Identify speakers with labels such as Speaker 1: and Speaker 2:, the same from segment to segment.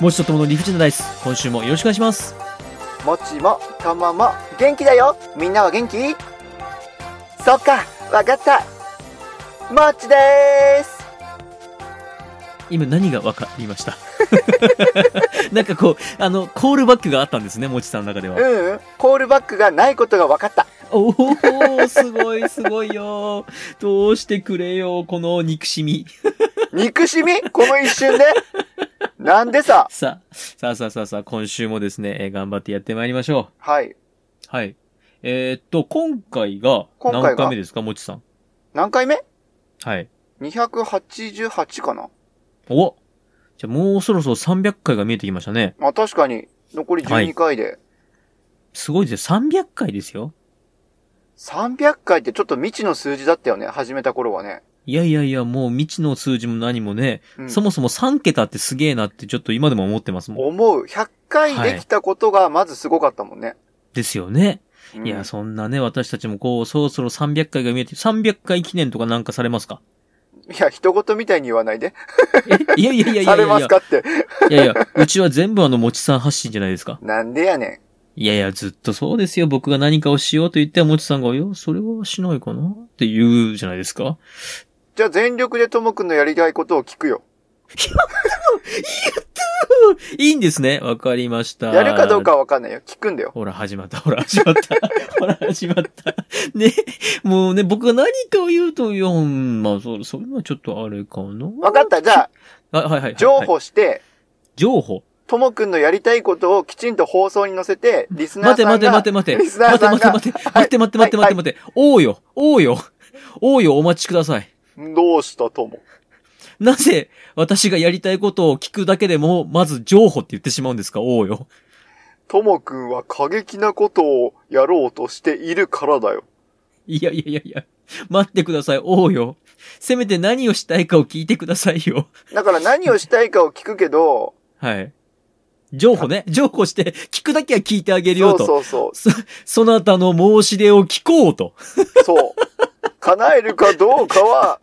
Speaker 1: もちとともの理不尽なダイス、今週もよろしくお願いします。
Speaker 2: もちもともも元気だよみんなは元気そっかわかったもちでーす
Speaker 1: 今何が分かりました なんかこう、あの、コールバックがあったんですね、もちさんの中では。
Speaker 2: うんうんコールバックがないことがわか った
Speaker 1: おお、すごいすごいよ。どうしてくれよ、この憎しみ。
Speaker 2: 憎しみこの一瞬でなんでさ
Speaker 1: さあ、さあさあさあさあ、今週もですね、えー頑張ってやってまいりましょ
Speaker 2: はい。
Speaker 1: う。はい。えーっと、今回が
Speaker 2: 今回が
Speaker 1: 何回目ですか、もちさん。
Speaker 2: 何回目
Speaker 1: はい。
Speaker 2: ?288 かな
Speaker 1: おじゃあもうそろそろ300回が見えてきましたね。
Speaker 2: あ、確かに。残り12回で。
Speaker 1: すごいですよ。300回ですよ。
Speaker 2: 300回ってちょっと未知の数字だったよね。始めた頃はね。
Speaker 1: いやいやいや、もう未知の数字も何もね、
Speaker 2: うん
Speaker 1: そもそも3桁ってすげえなってちょっと今でも思ってますもん。
Speaker 2: 思う。100回できたことがまずすごかったもんね。
Speaker 1: ですよね。
Speaker 2: うん
Speaker 1: いや、そんなね、私たちもこう、そろそろ300回が見えて、300回記念とかなんかされ ますか
Speaker 2: いや、人事みたいに言わないで。
Speaker 1: えいやいやいやいや
Speaker 2: さ
Speaker 1: いや
Speaker 2: れ
Speaker 1: いや
Speaker 2: ますかって。
Speaker 1: いやいや、うちは全部あの、もちさん発信じゃないですか。
Speaker 2: なんでやね
Speaker 1: いやいや、ずっとそうですよ。僕が何かをしようと言っては、もちさんが、いや、それはしないかなって言うじゃないですか。
Speaker 2: ん。じゃあ全力でともくんのやりたいことを聞くよ。
Speaker 1: いいんですね。わかりました。
Speaker 2: やるかどうかはわかんないよ。聞くんだよ。
Speaker 1: ほら、始まった。ほら、始まった。 ほら、始まった。ね。もうね、僕が何かを言うと、いや、うんまあ、そう、それはちょっとあれかな。
Speaker 2: わかった。じゃあ、
Speaker 1: あ、はいはいはい。
Speaker 2: 譲
Speaker 1: はい。
Speaker 2: 歩して、
Speaker 1: 情報。
Speaker 2: ともくんのやりたいことをきちんと放送に載せて、リスナー
Speaker 1: 待て
Speaker 2: さん
Speaker 1: 待
Speaker 2: が。
Speaker 1: て待て待て。
Speaker 2: リスナー
Speaker 1: 待て
Speaker 2: さん
Speaker 1: 待て
Speaker 2: が。
Speaker 1: 待て。待て待て待て待て待て。おうよ。おうよ。おうよ、お待ちください。
Speaker 2: どうしたとも。
Speaker 1: なぜ、私がやりたいことを聞くだけでも、まず、情報って言ってしまうんですかおうよ。
Speaker 2: ともくんは過激なことをやろうとしているからだよ。
Speaker 1: いやいやいやいや。待ってください、おうよ。せめて何をしたいかを聞いてくださいよ。
Speaker 2: だから何をしたいかを聞くけど、
Speaker 1: はい。情報ね。情報して、聞くだけは聞いてあげる
Speaker 2: そ
Speaker 1: よ
Speaker 2: う
Speaker 1: と。
Speaker 2: そうそ
Speaker 1: そ、そなたの申し出を聞こうと。
Speaker 2: う。そう。叶えるかどうかは、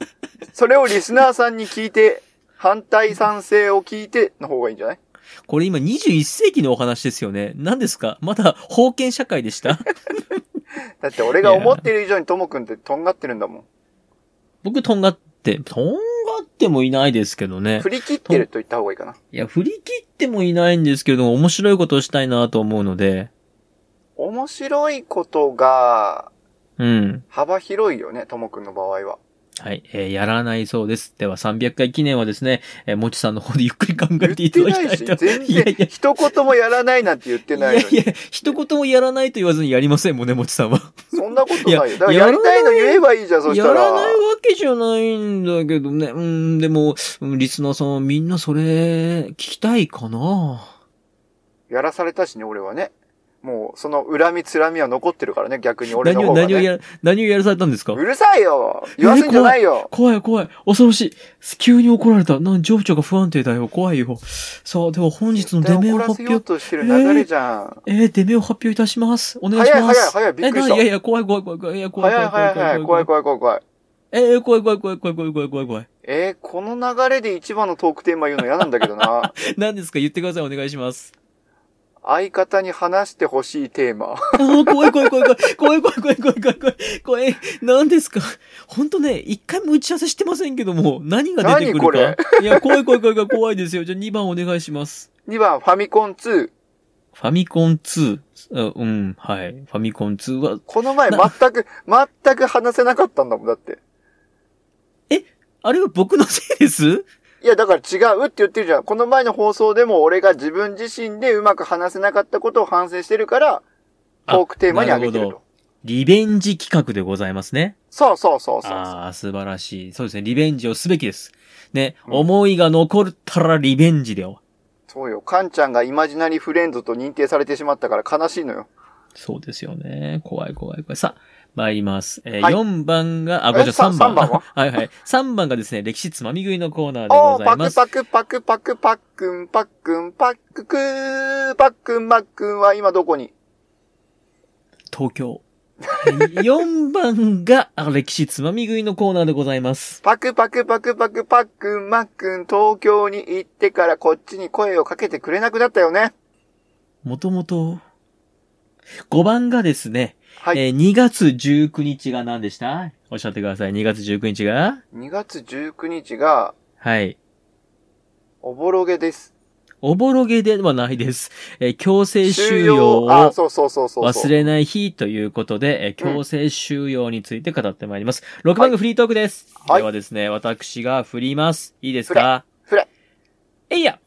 Speaker 2: それをリスナーさんに聞いて、反対賛成を聞いての方がいいんじゃない
Speaker 1: これ今21世紀のお話ですよね。何ですかまだ封建社会で した
Speaker 2: だって俺が思ってる以上にともくんってとんがってるんだも
Speaker 1: 僕、とんがって、とんがってもいないですけど
Speaker 2: ん。
Speaker 1: ね
Speaker 2: 振。り切ってると言った方がいいかな。
Speaker 1: いや、振り切ってもいないんですけれども、面白いことをしたいなと思うので。
Speaker 2: 面白いことが
Speaker 1: うん。
Speaker 2: 幅広いよね、ともくんの場合は。
Speaker 1: はい。えーやらないそうです。では、300回記念はですね、えーもちさんの方でゆっくり考
Speaker 2: 言
Speaker 1: え
Speaker 2: って
Speaker 1: いた
Speaker 2: て
Speaker 1: だき
Speaker 2: な
Speaker 1: た
Speaker 2: い
Speaker 1: い
Speaker 2: し、
Speaker 1: と。
Speaker 2: 全
Speaker 1: いや
Speaker 2: 然
Speaker 1: いや、
Speaker 2: 一言もやらないなんて言って
Speaker 1: い
Speaker 2: ない
Speaker 1: や
Speaker 2: の
Speaker 1: い
Speaker 2: に。
Speaker 1: や、一言もやらないと言わずにやりませんもんね、もちさんは。
Speaker 2: そんなことないよ。だから
Speaker 1: いや
Speaker 2: やりたいの言えばいいじゃん、そした
Speaker 1: や
Speaker 2: ら。
Speaker 1: らないわけじゃないんだけどね。うん、でも、うんリスナーさんみんなそれ、聞きたいかな
Speaker 2: やらされたしね、俺はね。もう、その恨み、つらみは残ってるからね、逆に俺
Speaker 1: 何
Speaker 2: の
Speaker 1: を、
Speaker 2: 方が、
Speaker 1: 何を
Speaker 2: ね。
Speaker 1: や、何をやらされたんですか
Speaker 2: うるさいよ言わすんじゃないよ
Speaker 1: 怖い怖い。恐ろしい。急に怒られた。なん、情緒が不安定だよ。怖いよ。さあ、では本日の
Speaker 2: 絶対
Speaker 1: 出目
Speaker 2: 怒
Speaker 1: を
Speaker 2: ら
Speaker 1: 発
Speaker 2: せよう
Speaker 1: 表、
Speaker 2: としてる流れじゃん。
Speaker 1: えー、出目を発表いたします。お願いし
Speaker 2: 早い
Speaker 1: ます。
Speaker 2: 早い早い、びっくりし
Speaker 1: え、ないやい
Speaker 2: た。
Speaker 1: や、怖い怖い怖い怖い。いや怖い
Speaker 2: 早
Speaker 1: 怖
Speaker 2: い
Speaker 1: い怖い
Speaker 2: 早い早
Speaker 1: 怖
Speaker 2: い、怖
Speaker 1: い
Speaker 2: い
Speaker 1: 怖い。
Speaker 2: 怖い怖い怖い。
Speaker 1: えー、怖い怖い怖い怖い怖い怖い怖い怖い。
Speaker 2: えー、この流れで一番のトークテーマ言うの嫌なんだけ どな。
Speaker 1: 何ですか言ってください。お願いします。
Speaker 2: 相方に話してほしいテーマ。
Speaker 1: あー怖い怖い怖い怖い怖い怖い怖い怖い怖い怖い何ですか本当ね、一回も打ち合わせしてませんけども、何が出てく
Speaker 2: 何こ
Speaker 1: る
Speaker 2: れ
Speaker 1: か。いや、怖い怖い怖い怖い怖いですよ。じゃあ2番お願いします。
Speaker 2: 2番、ファミコン2。
Speaker 1: ファミコン2。あうん、はい。ファミコン2は、
Speaker 2: この前
Speaker 1: な
Speaker 2: 全く、全く話せなかったんだもん、だって。
Speaker 1: あれは僕のせいです
Speaker 2: いや、だから違うって言ってるじゃん。この前の放送でも俺が自分自身でうまく話せなかったことを反省してるから、
Speaker 1: あ
Speaker 2: トークテーマに挙げてる
Speaker 1: なる
Speaker 2: と。
Speaker 1: リベンジ企画でございますね。
Speaker 2: そうそうそうそうそう。
Speaker 1: ああ、素晴らしい。そうですね。リベンジをすべきです。ね、
Speaker 2: うん
Speaker 1: 思いが残ったらリベンジだよ。
Speaker 2: そうよ。カンちゃんがイマジナリーフレンドと認定されてしまったから悲しいのよ。
Speaker 1: そうですよね。怖い怖い怖い。さあ、参ります。えー
Speaker 2: はい
Speaker 1: 4番が、あ、
Speaker 2: え
Speaker 1: ごめんなさい、3
Speaker 2: さ
Speaker 1: 番。
Speaker 2: 三番は
Speaker 1: はいはい。3番がですね、歴史つまみ食いのコーナーで
Speaker 2: お
Speaker 1: ご
Speaker 2: ー、
Speaker 1: ざ
Speaker 2: パ
Speaker 1: いま
Speaker 2: ク
Speaker 1: す。
Speaker 2: パクパクパクパックン、パックン、パッククー、パックン、マックンは今どこに
Speaker 1: 東京。 4番が、あ歴史つまみ食いのコーナーでございます。
Speaker 2: パクパクパクパクパックンマックン東京に行ってからこっちに声をかけてくれなくなったよね。
Speaker 1: もともと、5番がですね、
Speaker 2: はい。
Speaker 1: えー2月19日が何でしたおっしゃってください。2月19日が
Speaker 2: 2月19日が、
Speaker 1: はい。
Speaker 2: おぼろげです。
Speaker 1: おぼろげではないです。えー強制収容を
Speaker 2: あ、そうそうそうそうそう。
Speaker 1: 忘れない日ということで、えー強制収容について語ってまいります。6番がフリートークです。
Speaker 2: はい
Speaker 1: ではですね、私が振ります。いいですか
Speaker 2: フレ
Speaker 1: えいや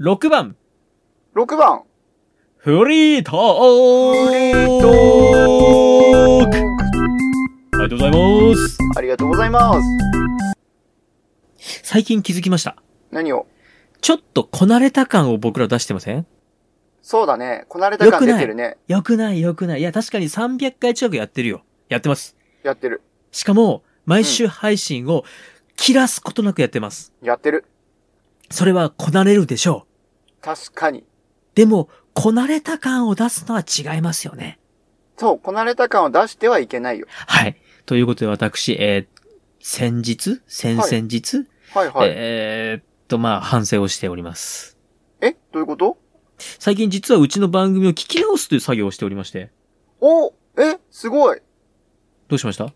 Speaker 1: !6 番、
Speaker 2: 6番。
Speaker 1: フリートーク
Speaker 2: フリート
Speaker 1: トークありがとうございます。
Speaker 2: ありがとうございます。
Speaker 1: 最近気づきました。
Speaker 2: 何を
Speaker 1: ちょっとこなれた感を僕ら出してません
Speaker 2: そうだね。こなれた感出てるね。
Speaker 1: よくないよくない。いや、確かに300回近くやってるよ。やってます。
Speaker 2: やってる。
Speaker 1: しかも、毎週配信を切らすことなくやってます。
Speaker 2: やってる。
Speaker 1: それはこなれるでしょ
Speaker 2: 確かに。
Speaker 1: う。でも、こなれた感を出すのは違いますよね。
Speaker 2: そう、こなれた感を出してはいけないよ。
Speaker 1: はい。ということで私、えー、先日先々日、
Speaker 2: はいはい。え
Speaker 1: えーっと、まあ、反省をしております。
Speaker 2: どういうこと
Speaker 1: 最近実はうちの番組を聞き直すという作業をしておりまして。
Speaker 2: おえすごい
Speaker 1: どうしました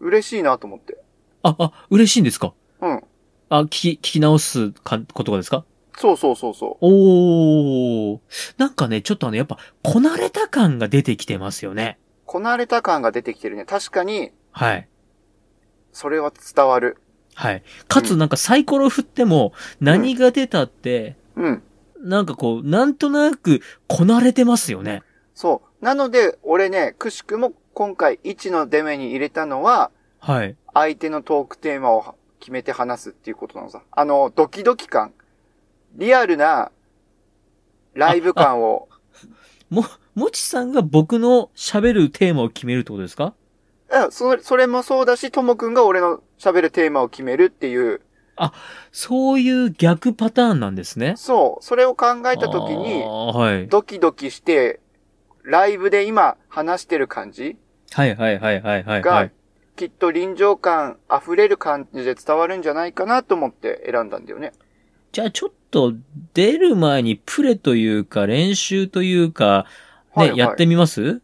Speaker 2: 嬉しいなと思って。
Speaker 1: あ、あ、嬉しいんですか
Speaker 2: うん。
Speaker 1: あ、聞き、聞き直すか、ことがですか
Speaker 2: そうそうそうそ
Speaker 1: おー。なんかね、ちょっとあの、やっぱ、こなれた感が出てきてますよね。
Speaker 2: う。こなれた感が出てきてるね。確かに、
Speaker 1: はい。
Speaker 2: それは伝わる。
Speaker 1: はい。か
Speaker 2: う
Speaker 1: つなんかサイコロ振っても何が出たって、
Speaker 2: うん。
Speaker 1: なんかこう、なんとなくこなれてますよね。
Speaker 2: そう。なので、俺ね、くしくも今回1の出目に入れたのは、
Speaker 1: はい。
Speaker 2: 相手のトークテーマを決めて話すっていうことなのさ。あの、ドキドキ感。リアルな、ライブ感を。
Speaker 1: も、もちさんが僕の喋るテーマを決めるってことですか
Speaker 2: うん、それ、それもそうだし、ともくんが俺の喋るテーマを決めるっていう。
Speaker 1: そういう逆パターンなんですね。
Speaker 2: そう。それを考えた時
Speaker 1: あ
Speaker 2: に、
Speaker 1: ーはい。
Speaker 2: ドキドキして、ライブで今話してる感じ
Speaker 1: はいはいはいはいはい、は
Speaker 2: が
Speaker 1: い。、
Speaker 2: きっと臨場感溢れる感じで伝わるんじゃないかなと思って選んだんだよね。
Speaker 1: じゃあちょっと出る前にプレというか練習というか、ね、
Speaker 2: はいはい
Speaker 1: やってみます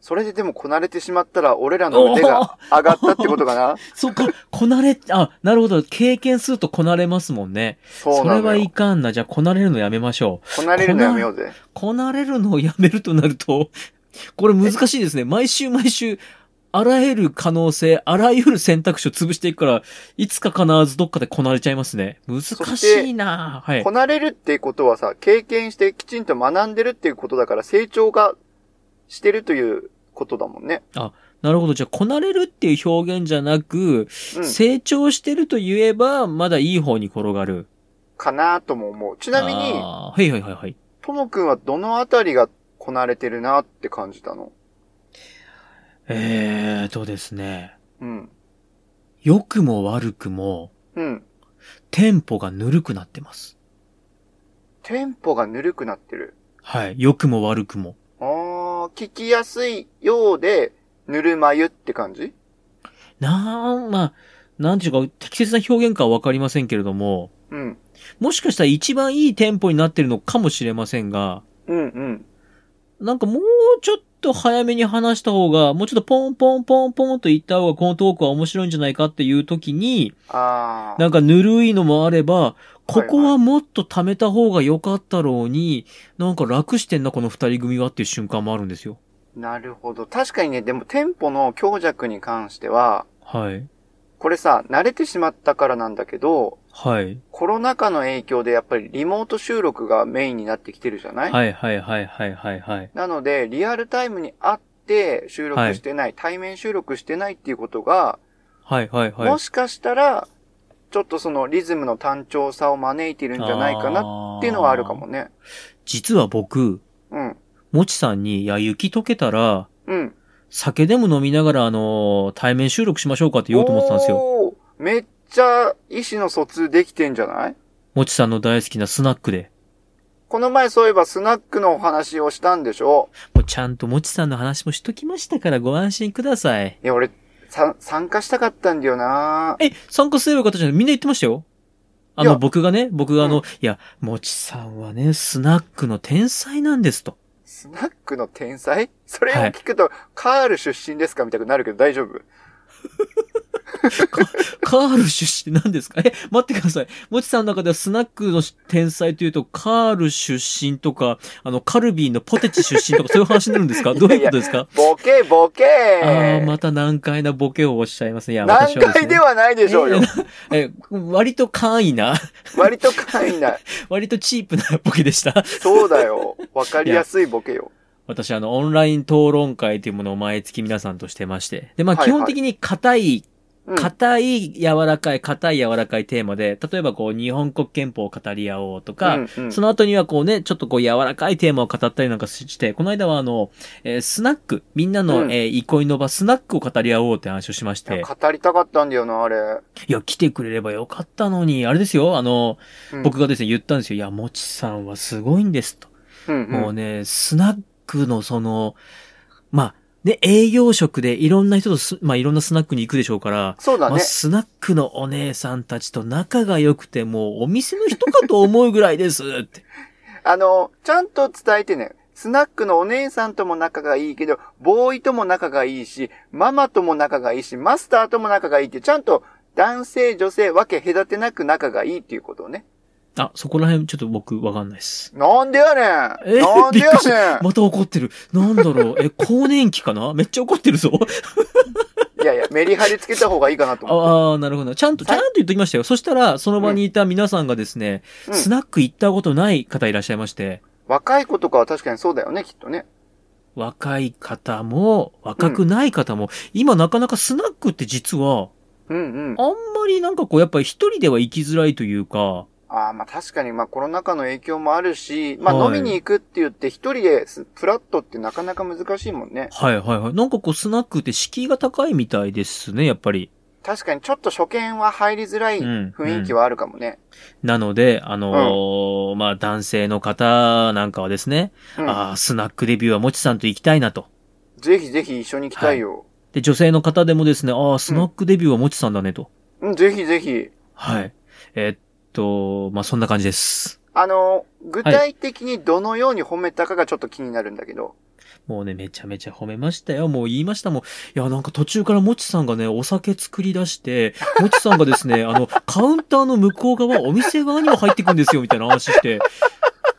Speaker 2: それででもこなれてしまったら、俺らの 腕が上がったってことかな
Speaker 1: そっか、こなれ、あ、なるほど。経験するとこなれますもんね。
Speaker 2: そう
Speaker 1: そ
Speaker 2: な
Speaker 1: れ
Speaker 2: の
Speaker 1: はい
Speaker 2: よ。
Speaker 1: かんな。じゃあ、こなれるのやめましょう。
Speaker 2: こなれるのやめようぜ。
Speaker 1: こなれるのをやめるとなると、 これ難しいですね。毎週毎週、あらゆる可能性、あらゆる選択肢を潰していくから、いつか必ずどっかでこなれちゃいますね。難しいなはい
Speaker 2: こ。なれるってことはさ、経験してきちんと学んでるっていうことだから、成長がしてるということだもんね。
Speaker 1: なるほど。じゃあ、こなれるっていう表現じゃなく、
Speaker 2: うん。
Speaker 1: 成長してると言えば、まだいい方に転がる。
Speaker 2: かなとも思う。ちなみに、
Speaker 1: あーはいはいはいはい。
Speaker 2: ともくんはどのあたりがこなれてるなって感じたの
Speaker 1: えーとですね。
Speaker 2: うん。
Speaker 1: 良くも悪くも、
Speaker 2: うん。
Speaker 1: テンポがぬるくなってます。
Speaker 2: テンポがぬるくなってる。
Speaker 1: はい。良くも悪くも。
Speaker 2: あー、聞きやすいようで、ぬるま湯って感じ
Speaker 1: なん、まあ、なんていうか、適切な表現かはわかりませんけれども、
Speaker 2: うん。
Speaker 1: もしかしたら一番いいテンポになってるのかもしれませんが、
Speaker 2: うんうん。
Speaker 1: なんかもうちょっと早めに話した方が、もうちょっとポンポンポンポンと言った方がこのトークは面白いんじゃないかっていう時に、
Speaker 2: あー。
Speaker 1: なんかぬるいのもあれば、ここはもっと溜めた方が良かったろうに、なんか楽してんなこの二人組はっていう瞬間もあるんですよ。
Speaker 2: なるほど。確かにね、でもテンポの強弱に関しては、
Speaker 1: はい。
Speaker 2: これさ、慣れてしまったからなんだけど、
Speaker 1: はい。
Speaker 2: コロナ禍の影響でやっぱりリモート収録がメインになってきてるじゃない、
Speaker 1: はいはいはいはいはいはい。
Speaker 2: なので、リアルタイムに会って収録してない、対面収録してないっていうことが、
Speaker 1: はいはいはい。
Speaker 2: もしかしたら、ちょっとそのリズムの単調さを招いてるんじゃないかな
Speaker 1: な
Speaker 2: っていうのはあるかも。ね。
Speaker 1: 実は僕、
Speaker 2: うん。
Speaker 1: もちさんに、いや、雪溶けたら、
Speaker 2: うん。
Speaker 1: 酒でも飲みながら、あのー対面収録しましょうかって言おうと思ってたんですよ。
Speaker 2: おー。めっちゃ意思の疎通できてんじゃない
Speaker 1: もちさんの大好きなスナックで。
Speaker 2: この前そういえばスナックのお話をしたんでしょ
Speaker 1: もうちゃんともちさんの話もしときましたからご安心ください。
Speaker 2: いや、俺、さ、参加したかったんだよな
Speaker 1: え、参加すればよかったじゃないみんな言ってましたよ。あ
Speaker 2: い
Speaker 1: の、
Speaker 2: や
Speaker 1: 僕がね、僕があの、
Speaker 2: うん
Speaker 1: いや、もちさんはね、スナックの天才なんですと。
Speaker 2: スナックの天才それを
Speaker 1: はい
Speaker 2: 聞くと、カール出身ですかみたいになるけど大丈夫
Speaker 1: カール出身なんですかえ、 待ってください。もちさんの中ではスナックの天才というと、カール出身とか、あの、カルビーのポテチ出身とか、そういう話になるんですかどういうことですか
Speaker 2: ボケ、ボケ
Speaker 1: ああ、また難解なボケをおっしゃいますね。いや、
Speaker 2: 難
Speaker 1: 私はです
Speaker 2: 解
Speaker 1: ね。
Speaker 2: ではないで しょうよ。
Speaker 1: え、割と簡易な、
Speaker 2: 割と簡易な。
Speaker 1: 割とチープなボケでした。
Speaker 2: そうだよ。わかりやすいボケよ。
Speaker 1: 私、あの、オンライン討論会というものを毎月皆さんとしてまして。で、まあ、
Speaker 2: はいは
Speaker 1: 基
Speaker 2: い
Speaker 1: 本的に硬い、
Speaker 2: うん。
Speaker 1: 硬い柔らかい、硬い柔らかいテーマで、例えばこう、日本国憲法を語り合おうとか、
Speaker 2: うんうん
Speaker 1: その後にはこうね、ちょっとこう柔らかいテーマを語ったりなんかして、この間はあの、えースナック、みんなの、
Speaker 2: うん
Speaker 1: えー憩いの場、スナックを語り合おうって話をしまし
Speaker 2: い
Speaker 1: て
Speaker 2: や、語りたかったんだよな、あれ。
Speaker 1: いや、来てくれればよかったのに、あれですよ、あの、
Speaker 2: うん
Speaker 1: 僕、がですね、言ったんですよ、いや、もちさんはすごいんですと。
Speaker 2: うんうん
Speaker 1: もうね、スナックのその、まあ、ね、営業職でいろんな人とす、まあ、いろんなスナックに行くでしょうから、
Speaker 2: そうだ
Speaker 1: まあ、
Speaker 2: ね。
Speaker 1: スナックのお姉さんたちと仲が良くて、もうお店の人かと思うぐらいですって。
Speaker 2: あの、ちゃんと伝えてね。スナックのお姉さんとも仲がいいけど、ボーイとも仲がいいし、ママとも仲がいいし、マスターとも仲がいいって、ちゃんと男性、女性、分け隔てなく仲がいいっていうことをね。
Speaker 1: あ、そこら辺ちょっと僕わかんないです。
Speaker 2: なんでやねん
Speaker 1: え
Speaker 2: なんで
Speaker 1: びっ
Speaker 2: や
Speaker 1: くりした。
Speaker 2: ね
Speaker 1: また怒ってる。なんだろう。え、更年期かなめっちゃ怒ってるぞ。
Speaker 2: んいやいや、メリハリつけた方がいいかなと思って。
Speaker 1: ああ、なるほど。ちゃんと、ちゃんと言っときましたよ。そしたら、その場にいた皆さんがですね、
Speaker 2: うん
Speaker 1: スナック行ったことない方いらっしゃいまして、
Speaker 2: 若い子とかは確かにそうだよね、きっとね。
Speaker 1: 若い方も、若くない方も、今なかなかスナックって実は、
Speaker 2: うんうん
Speaker 1: あ。んまりなんかこう、やっぱり一人では行きづらいというか、
Speaker 2: ああ、まあ確かに、まあコロナ禍の影響もあるし、まあ
Speaker 1: は
Speaker 2: 飲
Speaker 1: い
Speaker 2: みに行くって言って一人ですフラットってなかなか難しいもんね。
Speaker 1: はいはいはい。なんかこう、スナックって敷居が高いみたいですね、やっぱり。
Speaker 2: 確かにちょっと初見は入りづらい
Speaker 1: うん
Speaker 2: 雰囲気はあるかもね。
Speaker 1: なので、あのーまあ、男性の方なんかはですね、
Speaker 2: うん
Speaker 1: ああ、スナックデビューはもちさんと行きたいなと。
Speaker 2: ぜひぜひ一緒に行きたいよ。
Speaker 1: で、女性の方でもですね、ああ、スナックデビューはもちさんだねと。
Speaker 2: うん、ぜひぜひ。
Speaker 1: はい。えっと、まあ、そんな感じです。
Speaker 2: あの、具体的にどのように褒めたかがちょっと気になるんだけど。
Speaker 1: もうね、めちゃめちゃ褒めましたよ。もう言いましたもん。いや、なんか途中からもちさんがね、お酒作り出して、もちさんがですね、あの、カウンターの向こう側、お店側にも入ってくんですよ、みたいな話して。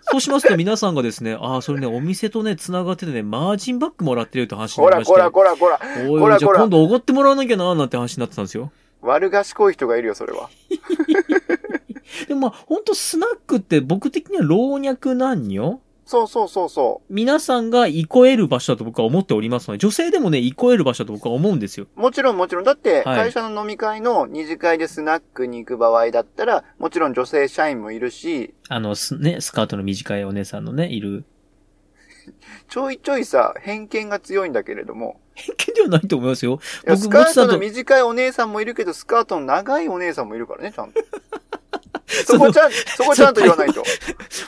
Speaker 1: そうしますと皆さんがですね、ああ、それね、お店とね、繋がっててね、マージンバックもらってるって話にな
Speaker 2: こ
Speaker 1: り
Speaker 2: ら
Speaker 1: まして。
Speaker 2: こらこらこら。
Speaker 1: おい
Speaker 2: こ
Speaker 1: おい、
Speaker 2: ら
Speaker 1: じゃ
Speaker 2: こ
Speaker 1: あ
Speaker 2: ら
Speaker 1: 今度おごってもらわなきゃなーなんて話になってたんですよ。
Speaker 2: 悪賢い人がいるよ、それは。
Speaker 1: でもまあ、ほんとスナックって僕的には老若男女
Speaker 2: そうそうそうそ
Speaker 1: 皆さんが憩える場所だと僕は思っておりますので、女性でもね、憩える場所だと僕は思うんですよ。
Speaker 2: う。もちろんもちろん。だっ
Speaker 1: は
Speaker 2: て、
Speaker 1: い
Speaker 2: 会社の飲み会の二次会でスナックに行く場合だったら、もちろん女性社員もいるし、
Speaker 1: あの、すね、スカートの短いお姉さんのね、いる。
Speaker 2: ちょいちょいさ、偏見が強いんだけれども。
Speaker 1: 偏見ではないと思いますよ。
Speaker 2: いや
Speaker 1: 僕
Speaker 2: スカ
Speaker 1: もち
Speaker 2: ー
Speaker 1: さ
Speaker 2: ト
Speaker 1: んと
Speaker 2: の短いお姉さんもいるけど、スカートの長いお姉さんもいるからね、ちゃんと。そこちゃん、そこちゃんと言わないと。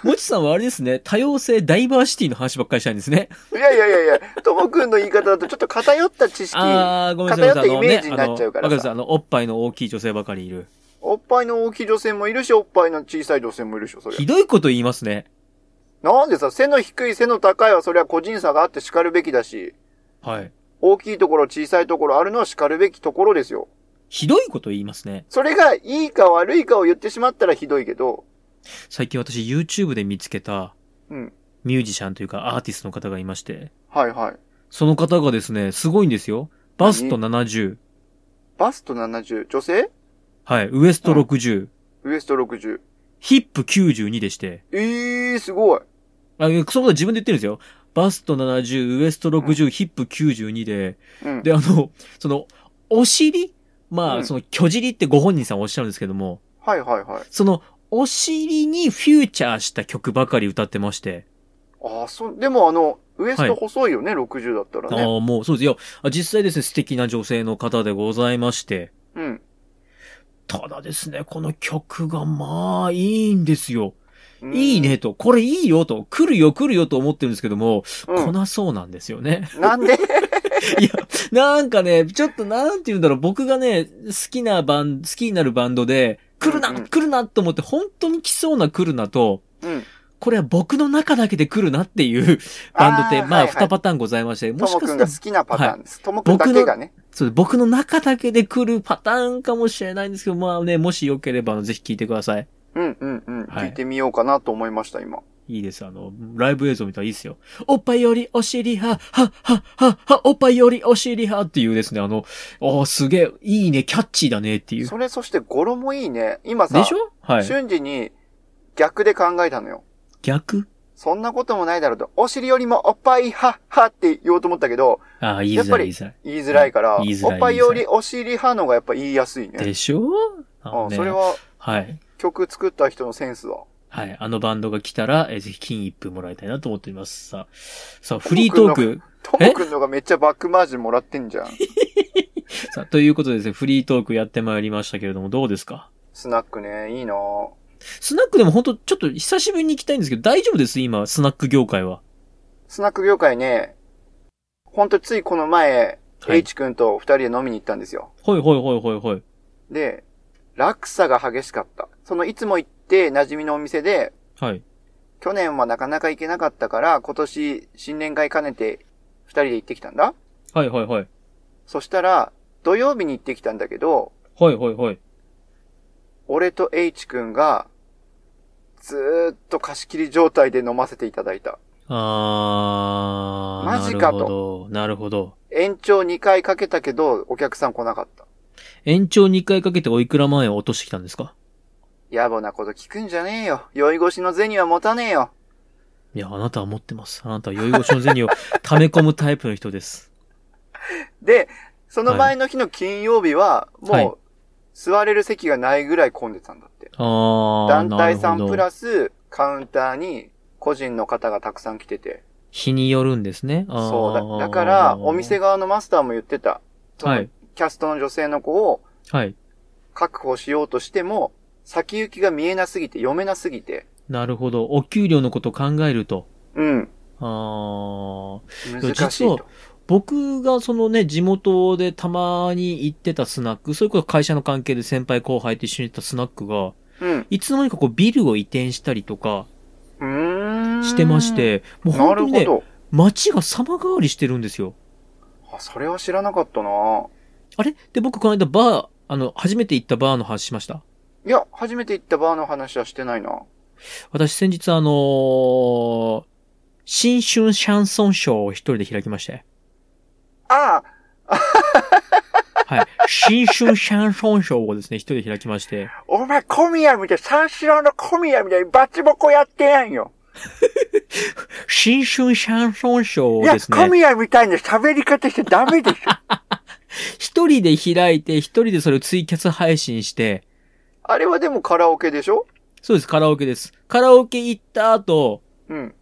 Speaker 1: もちさんはあれですね、多様性、ダイバーシティの話ばっかりしたいんですね。
Speaker 2: いやいやいやいや、ともくんの言い方だとちょっと偏った知識、
Speaker 1: あー、ごめんなさい。
Speaker 2: 偏ったイメージになっちゃうから
Speaker 1: あのねあのわかりま
Speaker 2: さ
Speaker 1: す。あの、おっぱいの大きい女性ばかりいる。
Speaker 2: おっぱいの大きい女性もいるし、おっぱいの小さい女性もいるでしょ、それ
Speaker 1: ひ。どいこと言いますね。
Speaker 2: なんでさ、背の低い、背の高いはそれは個人差があって叱るべきだし、
Speaker 1: はい。
Speaker 2: 大きいところ、小さいところあるのは叱るべきところですよ。
Speaker 1: ひどいこと言いますね。
Speaker 2: それがいいか悪いかを言ってしまったらひどいけど、
Speaker 1: 最近私 YouTube で見つけた
Speaker 2: うん。
Speaker 1: ミュージシャンというかアーティストの方がいまして、
Speaker 2: はいはい。
Speaker 1: その方がですね、すごいんですよ。バスト70。
Speaker 2: バスト70、女性
Speaker 1: はい。ウエスト60。
Speaker 2: ウエスト60。
Speaker 1: ヒップ92でして。
Speaker 2: えー、すごい。
Speaker 1: あ、そのことは自分で言ってるんですよ。バスト70、ウエスト60、ヒップ92で、
Speaker 2: うん。
Speaker 1: で、あの、その、お尻まあ、
Speaker 2: うん
Speaker 1: その、巨尻ってご本人さんおっしゃるんですけども、
Speaker 2: はいはいはい。
Speaker 1: その、お尻にフューチャーした曲ばかり歌ってまして、
Speaker 2: ああ、そう、でもあの、ウエス
Speaker 1: はい
Speaker 2: ト細いよね、60だったらね。
Speaker 1: ああ、もう、そうです。いや、あ実際ですね、素敵な女性の方でございまして、
Speaker 2: うん。
Speaker 1: ただですね、この曲がまあ、いいんですよ。
Speaker 2: うん
Speaker 1: いいね。と、これいいよと、来るよ来るよと思ってるんですけども、
Speaker 2: うん
Speaker 1: 来なそうなんですよね。
Speaker 2: なんで
Speaker 1: いや、なんかね、ちょっとなんて言うんだろう、僕がね、好きなバン、好きになるバンドで、来るな、
Speaker 2: うんうん
Speaker 1: 来るなと思って、本当に来そうな来るなと、
Speaker 2: うん。
Speaker 1: これは僕の中だけで来るなっていう バンドって、
Speaker 2: あー
Speaker 1: ま
Speaker 2: は
Speaker 1: あ
Speaker 2: いはい
Speaker 1: 2パターンございまして、
Speaker 2: と
Speaker 1: も
Speaker 2: も
Speaker 1: しか
Speaker 2: くん
Speaker 1: した
Speaker 2: が
Speaker 1: ら
Speaker 2: 好、きなパターンです。ともくんだけがね。
Speaker 1: そう僕の中だけで来るパターンかもしれないんですけど、まあね、もしよければ、あのぜひ聞いてください。
Speaker 2: うんうんうん。
Speaker 1: はい
Speaker 2: 聞いてみようかなと思いました、今。
Speaker 1: いいです。あの、ライブ映像見たらいいですよ。おっぱいよりお尻派、は、は、は、は、おっぱいよりお尻派っていうですね、あの、ああ、すげえ、いいね、キャッチーだねっていう。
Speaker 2: それ、そして語呂もいいね。今さ
Speaker 1: で、しょはい。
Speaker 2: 瞬時に逆で考えたのよ。
Speaker 1: 逆
Speaker 2: そんなこともないだろうと、お尻よりもおっぱいはっはって言おうと思ったけど、
Speaker 1: ああ、言い
Speaker 2: やっ
Speaker 1: づ
Speaker 2: ぱ
Speaker 1: らい、
Speaker 2: り
Speaker 1: 言いづらい。
Speaker 2: 言いづらいから、
Speaker 1: うん言いづ
Speaker 2: お
Speaker 1: らい
Speaker 2: っぱいよりお尻派のがやっぱ言いやすいね。
Speaker 1: でしょあ
Speaker 2: あ
Speaker 1: の
Speaker 2: あ
Speaker 1: ね
Speaker 2: それは
Speaker 1: はい。
Speaker 2: 曲作った人のセンスだ。
Speaker 1: はい。あのバンドが来たら、えーぜひ金一封もらいたいなと思っています。さあ、さあ、フリートー
Speaker 2: とも
Speaker 1: ク。
Speaker 2: ともくんのがめっちゃバックマージンもらってんじ ゃん。
Speaker 1: さあ、ということでですね、フリートークやってまいりましたけれども、どうですか
Speaker 2: スナックね、いいなぁ
Speaker 1: スナックでも本当ちょっと久しぶりに行きたいんですけど、大丈夫です今、スナック業界は。
Speaker 2: スナック業界ね、ほんとついこの前、
Speaker 1: はい
Speaker 2: H 君と二人で飲みに行ったんですよ。
Speaker 1: ほいほいほいほいほい。
Speaker 2: で、落差が激しかった。そのいつも行って馴染みのお店で、
Speaker 1: はい。
Speaker 2: 去年はなかなか行けなかったから、今年新年会兼ねて二人で行ってきたんだ。
Speaker 1: はいはいはい。
Speaker 2: そしたら、土曜日に行ってきたんだけど、
Speaker 1: はいはいはい。
Speaker 2: 俺と H 君が、ずーっと貸し切り状態で飲ませていただいた。
Speaker 1: あー。
Speaker 2: マジかと
Speaker 1: なるほど。なるほど。
Speaker 2: 延長2回かけたけど、お客さん来なかった。
Speaker 1: 延長2回かけておいくら万円を落としてきたんですか
Speaker 2: 野暮なこと聞くんじゃねえよ。酔い越しの銭は持たねえよ。
Speaker 1: いや、あなたは持ってます。あなたは酔い越しの銭を溜め込むタイプの人 です。
Speaker 2: で、その前の日の金曜日は、
Speaker 1: は
Speaker 2: も、
Speaker 1: いう
Speaker 2: 座れる席がないぐらい混んでたんだって。
Speaker 1: あー。
Speaker 2: 団体さ
Speaker 1: なる
Speaker 2: ん
Speaker 1: ほ
Speaker 2: プ
Speaker 1: ど
Speaker 2: ラス、カウンターに、個人の方がたくさん来てて。
Speaker 1: 日によるんですね。あー
Speaker 2: そうだ。だから、お店側のマスターも言ってた。その
Speaker 1: はい
Speaker 2: キャストの女性の子を
Speaker 1: はい。
Speaker 2: 確保しようとしても、先行きが見えなすぎて、読めなすぎて。
Speaker 1: なるほど。お給料のことを考えると。
Speaker 2: うん。
Speaker 1: あー。
Speaker 2: 難し
Speaker 1: 実
Speaker 2: い
Speaker 1: は
Speaker 2: と。
Speaker 1: 僕がそのね、地元でたまに行ってたスナック、それこそ会社の関係で先輩後輩と一緒に行ったスナックが、
Speaker 2: うん。
Speaker 1: いつの間にかこうビルを移転したりとか
Speaker 2: うーん。
Speaker 1: してまし。て、もう
Speaker 2: な
Speaker 1: 本当
Speaker 2: るほ
Speaker 1: にね、
Speaker 2: ど。
Speaker 1: 街が様変わりしてるんですよ。
Speaker 2: あ、それは知らなかったな
Speaker 1: あれで、僕この間バー、あの、初めて行ったバーの話しました。
Speaker 2: いや、初めて行ったバーの話はしてないな。
Speaker 1: 私先日あのー新春シャンソンショーを一人で開きまして。
Speaker 2: ああ
Speaker 1: はい。新春シャンソンショーをですね、一人で開きまして。
Speaker 2: お前、小宮みたい、三四郎の小宮みたいにバチボコやってやんよ。
Speaker 1: 新春シャンソンショーを
Speaker 2: いや、
Speaker 1: ですね。
Speaker 2: 小宮みたいな喋り方してダメでしょ。
Speaker 1: 一人で開いて、一人でそれをツイキャス配信して、
Speaker 2: あれはでもカラオケでしょ
Speaker 1: そうです、カラオケです。カラオケ行った後、
Speaker 2: うん。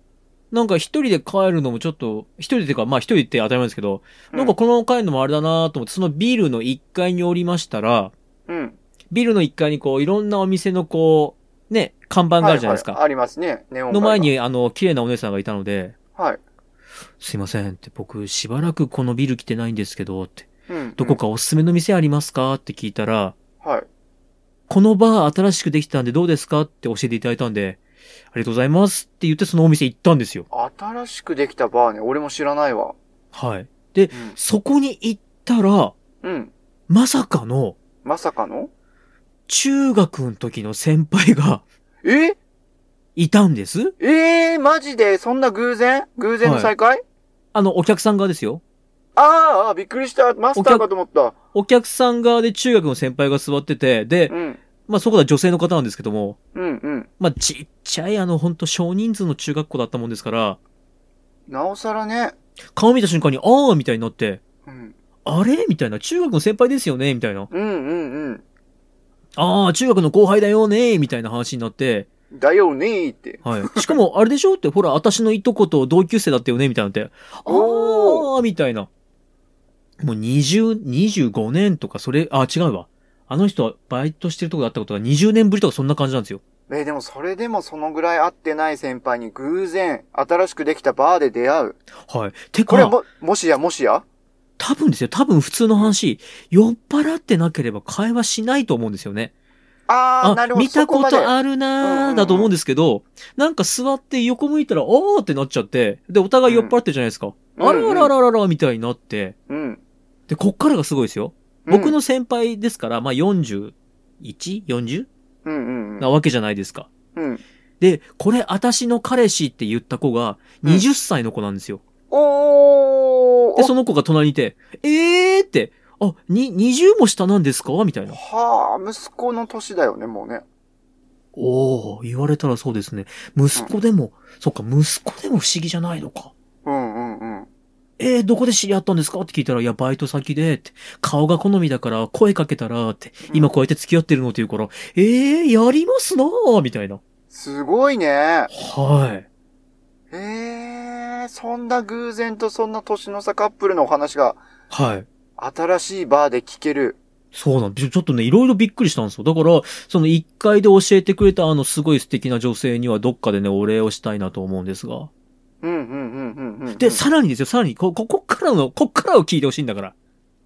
Speaker 1: なんか一人で帰るのもちょっと、一人でてか、まあ一人って当たり前ですけど、
Speaker 2: うん
Speaker 1: なんかこのまま帰るのもあれだなと思って、そのビルの1階におりましたら、
Speaker 2: うん。
Speaker 1: ビルの1階にこう、いろんなお店のこう、ね、看板があるじゃないですか。
Speaker 2: ははありますね。ネオン街
Speaker 1: の
Speaker 2: が
Speaker 1: 前。に、あの、綺麗なお姉さんがいたので、
Speaker 2: はい。
Speaker 1: すいませんって、僕、しばらくこのビル来てないんですけど、って、
Speaker 2: うん。
Speaker 1: どこかおすすめの店ありますかって聞いたら、
Speaker 2: うん。はい。
Speaker 1: このバー新しくできたんでどうですかって教えていただいたんで、ありがとうございますって言ってそのお店行ったんですよ。
Speaker 2: 新しくできたバーね、俺も知らないわ。
Speaker 1: はい。で
Speaker 2: う、ん
Speaker 1: そこに行ったら、。
Speaker 2: うん。
Speaker 1: まさかの
Speaker 2: まさかの
Speaker 1: 中学の時の先輩が
Speaker 2: え
Speaker 1: いたんです。
Speaker 2: えー、マジでそんな偶然偶然の再会、
Speaker 1: あの、お客さん側ですよ。
Speaker 2: あーあー、びっくりした。マスターかと思った。
Speaker 1: お客さん側で中学の先輩が座ってて、で
Speaker 2: う、ん。
Speaker 1: まあそこは女性の方なんですけども、
Speaker 2: うん、うん。
Speaker 1: まあちっちゃいあの、ほんと少人数の中学校だったもんですから、
Speaker 2: なおさらね。
Speaker 1: 顔見た瞬間に、あーみたいになって、
Speaker 2: うん。
Speaker 1: あれみたいな、中学の先輩ですよねみたいな。
Speaker 2: うんうん
Speaker 1: ああ、中学の後輩だよね、みたいな話になって、
Speaker 2: うん。だよねーって。
Speaker 1: はい。しかも、あれでしょって、ほら、私のいとこと同級生だったよね、みたいなって、あ
Speaker 2: お
Speaker 1: あ、みたいな。もう20、25年とか、それ、あ、違うわ。あの人はバイトしてるとこだったことが20年ぶりとかそんな感じなんですよ。
Speaker 2: えーでもそれでもそのぐらい会ってない先輩に偶然新しくできたバーで出会う。
Speaker 1: はい。て
Speaker 2: これは
Speaker 1: か、
Speaker 2: も、もしやもしや
Speaker 1: 多分ですよ。多分普通の話、酔っ払ってなければ会話しないと思うんですよね。
Speaker 2: あー、なるほど。
Speaker 1: 見たこ
Speaker 2: そまで
Speaker 1: とあるなーだと思うんですけど、なんか座って横向いたら、おーってなっちゃって、で、お互い酔っ払ってるじゃないですか。
Speaker 2: うん
Speaker 1: あらあらあらあらあらみたいになって、
Speaker 2: うん。
Speaker 1: で、こっからがすごいですよ。僕、の先輩ですから、まあ 41?40?
Speaker 2: うんうんうん。
Speaker 1: なわけじゃないですか。
Speaker 2: うん。
Speaker 1: で、これ私の彼氏って言った子が
Speaker 2: うん
Speaker 1: 20歳の子なんですよ。
Speaker 2: おー
Speaker 1: で、その子が隣にいて、えーって、あ、に、20も下なんですかみたいな。
Speaker 2: はあ、息子の年だよね、もうね。
Speaker 1: おー、言われたらそうですね。息子でも、そっか、息子でも不思議じゃないのか。
Speaker 2: うんうんうん。
Speaker 1: えー、どこで知り合ったんですかって聞いたら、いや、バイト先で、って、顔が好みだから、声かけたら、って、今こうやって付き合ってるのって言うから、えー、やりますなーみたいな。
Speaker 2: すごいね。
Speaker 1: はい。
Speaker 2: えー、そんな偶然とそんな年の差カップルのお話が
Speaker 1: はい。
Speaker 2: 新しいバーで聞ける。
Speaker 1: そうなんです。ちょっとね、いろいろびっくりしたんですよ。だから、その一回で教えてくれたあのすごい素敵な女性にはどっかでね、お礼をしたいなと思うんですが。
Speaker 2: うんうんうんうんうんうん。
Speaker 1: で、さらにですよ、さらに、こ、ここっからの、こっからを聞いてほしいんだから。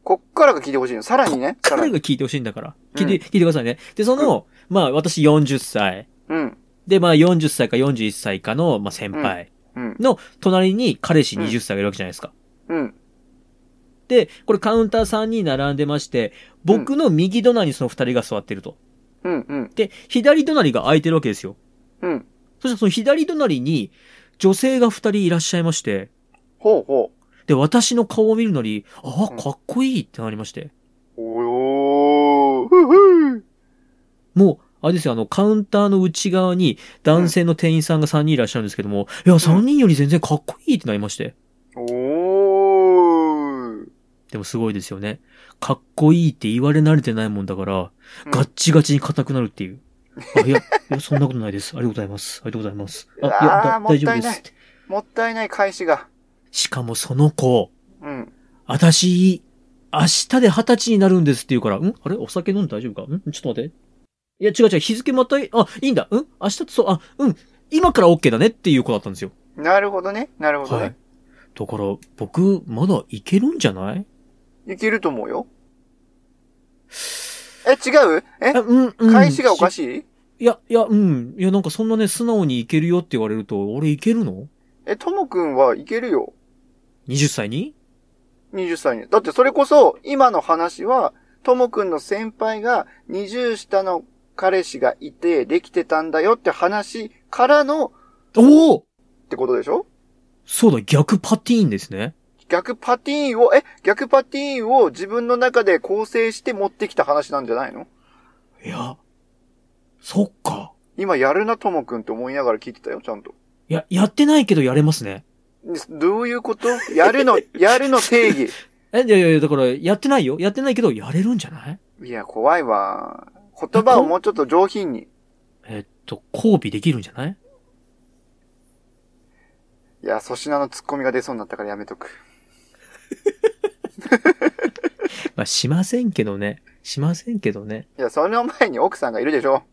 Speaker 2: こっからが聞いてほしいの。さらにね。さら
Speaker 1: 彼
Speaker 2: に。
Speaker 1: が聞いてほしいんだから。
Speaker 2: う
Speaker 1: 聞
Speaker 2: ん
Speaker 1: いて、聞いてくださいね。で、その、まあ、私40歳。
Speaker 2: うん。
Speaker 1: で、まあ、40歳か41歳かの、まあ、先輩
Speaker 2: うん。
Speaker 1: の隣に彼氏20歳がいるわけじゃないですか。
Speaker 2: うん。
Speaker 1: で、これカウンター3人並んでまして、僕の右隣にその2人が座ってると。
Speaker 2: うんうん。
Speaker 1: で、左隣が空いてるわけですよ。
Speaker 2: うん。
Speaker 1: そしてその左隣に女性が二人いらっしゃいまして、
Speaker 2: ほうほう。
Speaker 1: で、私の顔を見るなり、あ
Speaker 2: う
Speaker 1: あ、
Speaker 2: ん
Speaker 1: かっこいいってなりまして。
Speaker 2: およー。ふふ
Speaker 1: もう、あれですよ、あの、カウンターの内側に男性の店員さんが3人いらっしゃるんですけども、いや、3人より全然かっこいいってなりまして。
Speaker 2: おー。
Speaker 1: でもすごいですよね。かっこいいって言われ慣れてないもんだから、
Speaker 2: うん
Speaker 1: ガッチガチに硬くなるっていう。あいや、いや、そんなことないです。ありがとうございます。ありがとうございます。あ、いや、
Speaker 2: うわー
Speaker 1: だ大丈
Speaker 2: もった
Speaker 1: 夫
Speaker 2: い
Speaker 1: で
Speaker 2: ない
Speaker 1: すって。
Speaker 2: もったいない返しが。
Speaker 1: しかもその子、
Speaker 2: うん。
Speaker 1: 私、明日で二十歳になるんですって言うから、んあれお酒飲んで大丈夫かんちょっと待って。いや、違う違う、日付またい、あ、いいんだ。ん明日ってそう、あ、うん。今から OK だねっていう子だったんですよ。
Speaker 2: なるほどね。なるほど
Speaker 1: はい
Speaker 2: ね。。
Speaker 1: だから、僕、まだいけるんじゃない
Speaker 2: いけると思うよ。え、違うえ
Speaker 1: あ、うん、うん。
Speaker 2: 返しがおか
Speaker 1: し
Speaker 2: しい
Speaker 1: い。いや、いや、うん。いや、なんかそんなね、素直にいけるよって言われると、俺いけるの
Speaker 2: え、ともくんはいけるよ。
Speaker 1: ?20 歳に
Speaker 2: 20歳に。だってそれこそ、今の話は、ともくんの先輩が20下の彼氏がいて、できてたんだよって話からの
Speaker 1: おお
Speaker 2: ってことでしょ
Speaker 1: そうだ、逆パティーンですね。
Speaker 2: 逆パティーンを、え、逆パティーンを自分の中で構成して持ってきた話なんじゃないの
Speaker 1: いや、そっか。
Speaker 2: 今やるな、ともくんって思いながら聞いてたよ、ちゃんと。
Speaker 1: いや、やってないけどやれますね。
Speaker 2: どういうことやるの、やるの定義。
Speaker 1: え、いやいやいや、だから、やってないよ。やってないけど、やれるんじゃない
Speaker 2: いや、怖いわ。言葉をもうちょっと上品に。
Speaker 1: えっと、交尾できるんじゃない
Speaker 2: いや、粗品のツッコミが出そうになったからやめとく。
Speaker 1: まあ、しませんけどね。しませんけどね。
Speaker 2: いや、その前に奥さんがいるでしょ。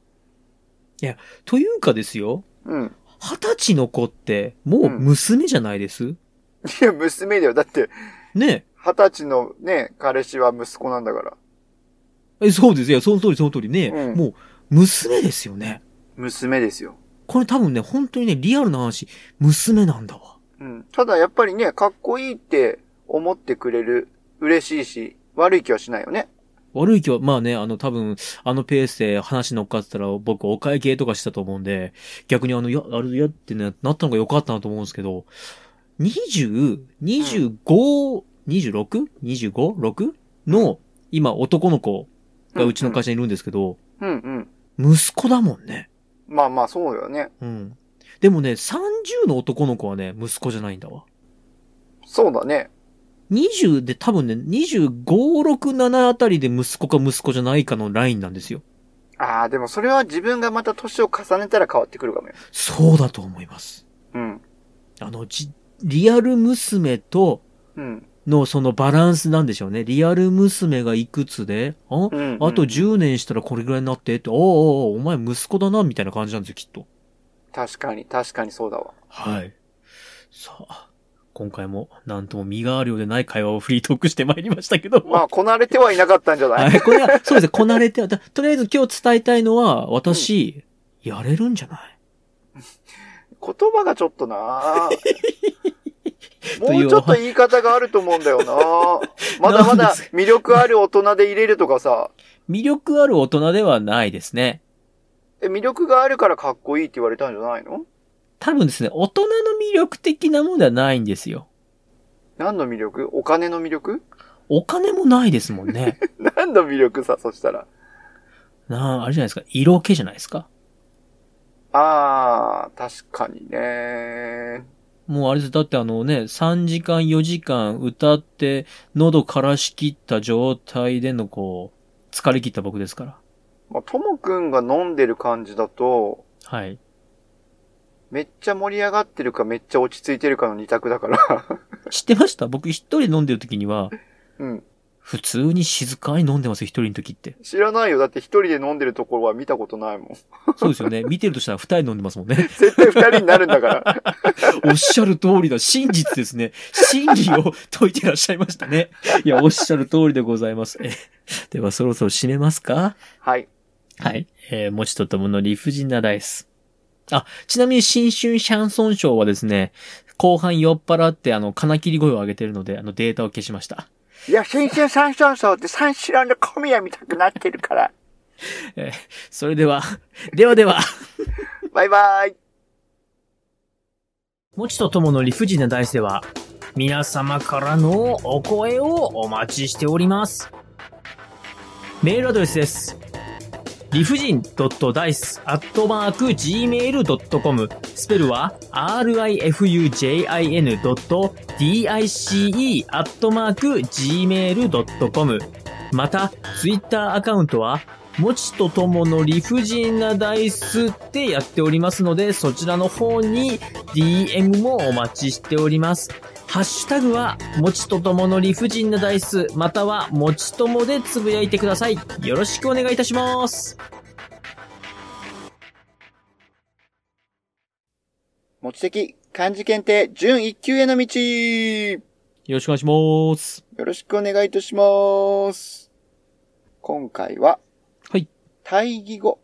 Speaker 1: というかですよ、
Speaker 2: うん。
Speaker 1: 二十歳の子って、もう娘じゃないです、
Speaker 2: いや、娘だよ。だって、
Speaker 1: ね
Speaker 2: 二十歳のね、彼氏は息子なんだから。
Speaker 1: え。えそうです。いや、その通りその通りね。
Speaker 2: うん
Speaker 1: もう、娘ですよね。
Speaker 2: 娘ですよ。
Speaker 1: これ多分ね、本当にね、リアルな話、娘なんだわ。
Speaker 2: うん。ただ、やっぱりね、かっこいいって思ってくれる、嬉しいし、悪い気はしないよね。
Speaker 1: 悪い気は、まあね、あの、多分、あのペースで話乗っかってたら、僕、お会計とかしたと思うんで、逆にあの、いや、あれやってね、なったのが良かったなと思うんですけど、20、25、26?25?6? の、今、男の子がうちの会社にいるんですけど、
Speaker 2: うんうん。
Speaker 1: 息子だもんね。
Speaker 2: まあまあ、そうよね。
Speaker 1: うん。でもね、30の男の子はね、息子じゃないんだわ。
Speaker 2: そうだね。
Speaker 1: 20で多分ね、25、6、7あたりで息子か息子じゃないかのラインなんですよ。
Speaker 2: ああ、でもそれは自分がまた年を重ねたら変わってくるかもよ。
Speaker 1: そうだと思います。
Speaker 2: うん。
Speaker 1: あの、じ、リアル娘と
Speaker 2: うん。
Speaker 1: のそのバランスなんでしょうね。リアル娘がいくつで、あ
Speaker 2: うんうん
Speaker 1: あと10年したらこれぐらいになってって、おうおうおうお前息子だな、みたいな感じなんですよ、きっと。
Speaker 2: 確かに、確かにそうだわ。
Speaker 1: はい。さあ、今回も、なんとも身があるようでない会話をフリートークしてまいりましたけども。
Speaker 2: まあ、こなれてはいなかったんじゃない、
Speaker 1: はい、これは、そうですね、こなれては、だとりあえず今日伝えたいのは、私、やれるんじゃない
Speaker 2: 言葉がちょっとな
Speaker 1: と
Speaker 2: も
Speaker 1: いう
Speaker 2: うちょっと言い方があると思うんだよなまだま
Speaker 1: なん
Speaker 2: だ
Speaker 1: です
Speaker 2: 魅力ある大人で入れるとかさ、
Speaker 1: 魅力ある大人ではないですね。
Speaker 2: え魅力があるからかっこいいって言われたんじゃないの
Speaker 1: 多分ですね、大人の魅力的なものではないんですよ。
Speaker 2: 何の魅力お金の魅力
Speaker 1: お金もないですもんね。
Speaker 2: 何の魅力さ、そしたら。
Speaker 1: なあ、あれじゃないですか。色気じゃないですか。
Speaker 2: あー、確かにね。
Speaker 1: もうあれです。だってあのね、3時間4時間歌って、喉からしきった状態でのこう、疲れ切った僕ですから。
Speaker 2: まあ、ともくんが飲んでる感じだと、
Speaker 1: はい。
Speaker 2: めっちゃ盛り上がってるかめっちゃ落ち着いてるかの二択だから。
Speaker 1: 知ってました僕一人飲んでる時には、
Speaker 2: うん。
Speaker 1: 普通に静かに飲んでますよ、一人の時って。
Speaker 2: 知らないよ。だって一人で飲んでるところは見たことないもん。
Speaker 1: そうですよね。見てるとしたら二人飲んでますもんね。
Speaker 2: 絶対二人になるんだから。
Speaker 1: おっしゃる通りだ。真実ですね。真理を解いてらっしゃいましたね。いや、おっしゃる通りでございます。えでは、そろそろ締めますか
Speaker 2: はい。
Speaker 1: はい。えー、もちとともの理不尽なダイス。あ、ちなみに新春シャンソンショーはですね、後半酔っ払って、あの、金切り声を上げてるので、あの、データを消しました。
Speaker 2: いや、新春三章章って三四郎の小宮見たくなってるから。
Speaker 1: それでは、ではでは。
Speaker 2: バイバイ。
Speaker 1: もちとともの理不尽な大世は、皆様からのお声をお待ちしております。メールアドレスです。理不尽 .dice.gmail.com スペルは rifujin.dice.gmail.com また、ツイッターアカウントは、もちとともの理不尽なダイスってやっておりますので、そちらの方に DM もお待ちしております。ハッシュタグは、もちとともの理不尽なダイス、または、もちともでつぶやいてください。よろしくお願いいたします。
Speaker 2: 持ち的漢字検定準一級への道。よ
Speaker 1: よろしくお願いします。
Speaker 2: ろしくお願いいたします。今回は、
Speaker 1: はい。
Speaker 2: 対義語、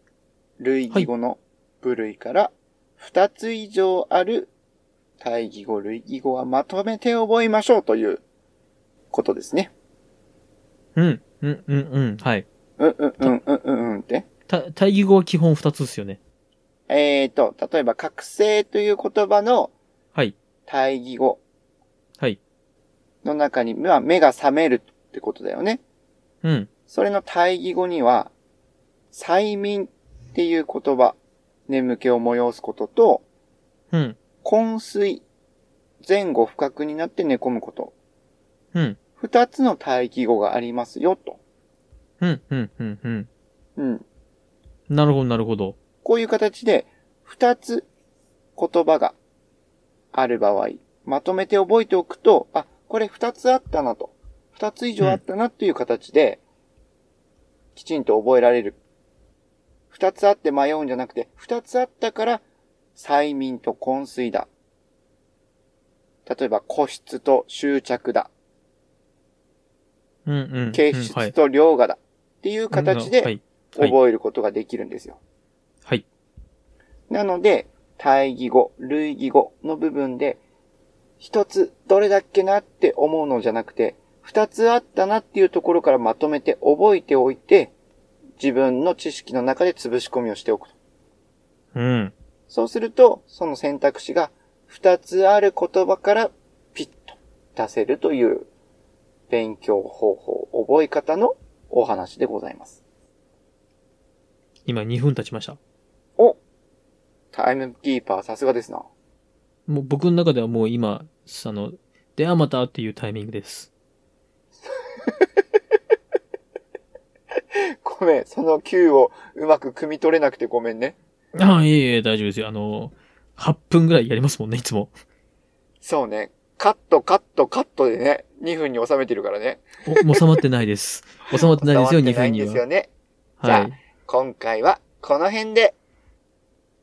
Speaker 2: 類義語の部類から、二つ以上ある対義語、類義語はまとめて覚えましょうということですね。
Speaker 1: うん、うん、うん、うん、はい。
Speaker 2: うんうんうんうんうんうんって。
Speaker 1: た、対義語は基本二つですよね。
Speaker 2: えーと、例えば、覚醒という言葉の
Speaker 1: はい。
Speaker 2: 対義語
Speaker 1: はい。
Speaker 2: の中に、まあ、目が覚めるってことだよね。
Speaker 1: うん。
Speaker 2: それの対義語には、催眠っていう言葉、眠気を催すことと、
Speaker 1: うん。
Speaker 2: 昏睡、前後不覚になって寝込むこと。
Speaker 1: うん。
Speaker 2: 二つの対義語がありますよ、と。
Speaker 1: うん。うん。うん。うん。
Speaker 2: うん。
Speaker 1: なるほど、なるほど。
Speaker 2: こういう形で、二つ言葉がある場合、まとめて覚えておくと、あ、これ二つあったなと。二つ以上あったなという形で、きちんと覚えられる。二つあって迷うんじゃなくて、二つあったから、催眠と昏睡だ。例えば、個室と執着だ。
Speaker 1: うん。うん。
Speaker 2: 形質と量がだ。っていう形
Speaker 1: は
Speaker 2: で
Speaker 1: い。はい
Speaker 2: 覚えることができるんですよ。
Speaker 1: はい。
Speaker 2: なので、対義語、類義語の部分で、一つどれだっけなって思うのじゃなくて、二つあったなっていうところからまとめて覚えておいて、自分の知識の中で潰し込みをしておくと。
Speaker 1: うん。
Speaker 2: そうすると、その選択肢が二つある言葉からピッと出せるという勉強方法、覚え方のお話でございます。
Speaker 1: 今2分経ちました。
Speaker 2: おタイムキーパーさすがですな。
Speaker 1: もう僕の中ではもう今、あの、ではまたっていうタイミングです。
Speaker 2: ごめん、その Q をうまく汲み取れなくてごめんね。
Speaker 1: ああ、いえいえ、大丈夫ですよ。あの、8分ぐらいやりますもんね、いつも。
Speaker 2: そうね。カット、カット、カットでね、2分に収めてるからね。
Speaker 1: おもう収まってない です。収まってないですよ、2
Speaker 2: 伝わってない
Speaker 1: 分
Speaker 2: ん
Speaker 1: に
Speaker 2: ですよ
Speaker 1: は。
Speaker 2: ね。じゃ
Speaker 1: は
Speaker 2: あ今回は、この辺で。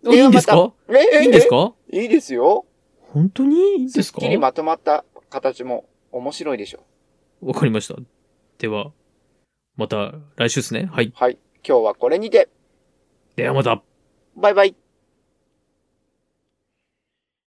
Speaker 1: い。おいいんです
Speaker 2: では
Speaker 1: か
Speaker 2: またええ
Speaker 1: いいんですか
Speaker 2: いいですよ。
Speaker 1: 本当にいいんです
Speaker 2: すっ
Speaker 1: か
Speaker 2: きりまとまった形も面白いでしょ。
Speaker 1: わかりました。では、また来週ですね。はい。
Speaker 2: はい。今日はこれにて。
Speaker 1: ではまた。
Speaker 2: バイバイ。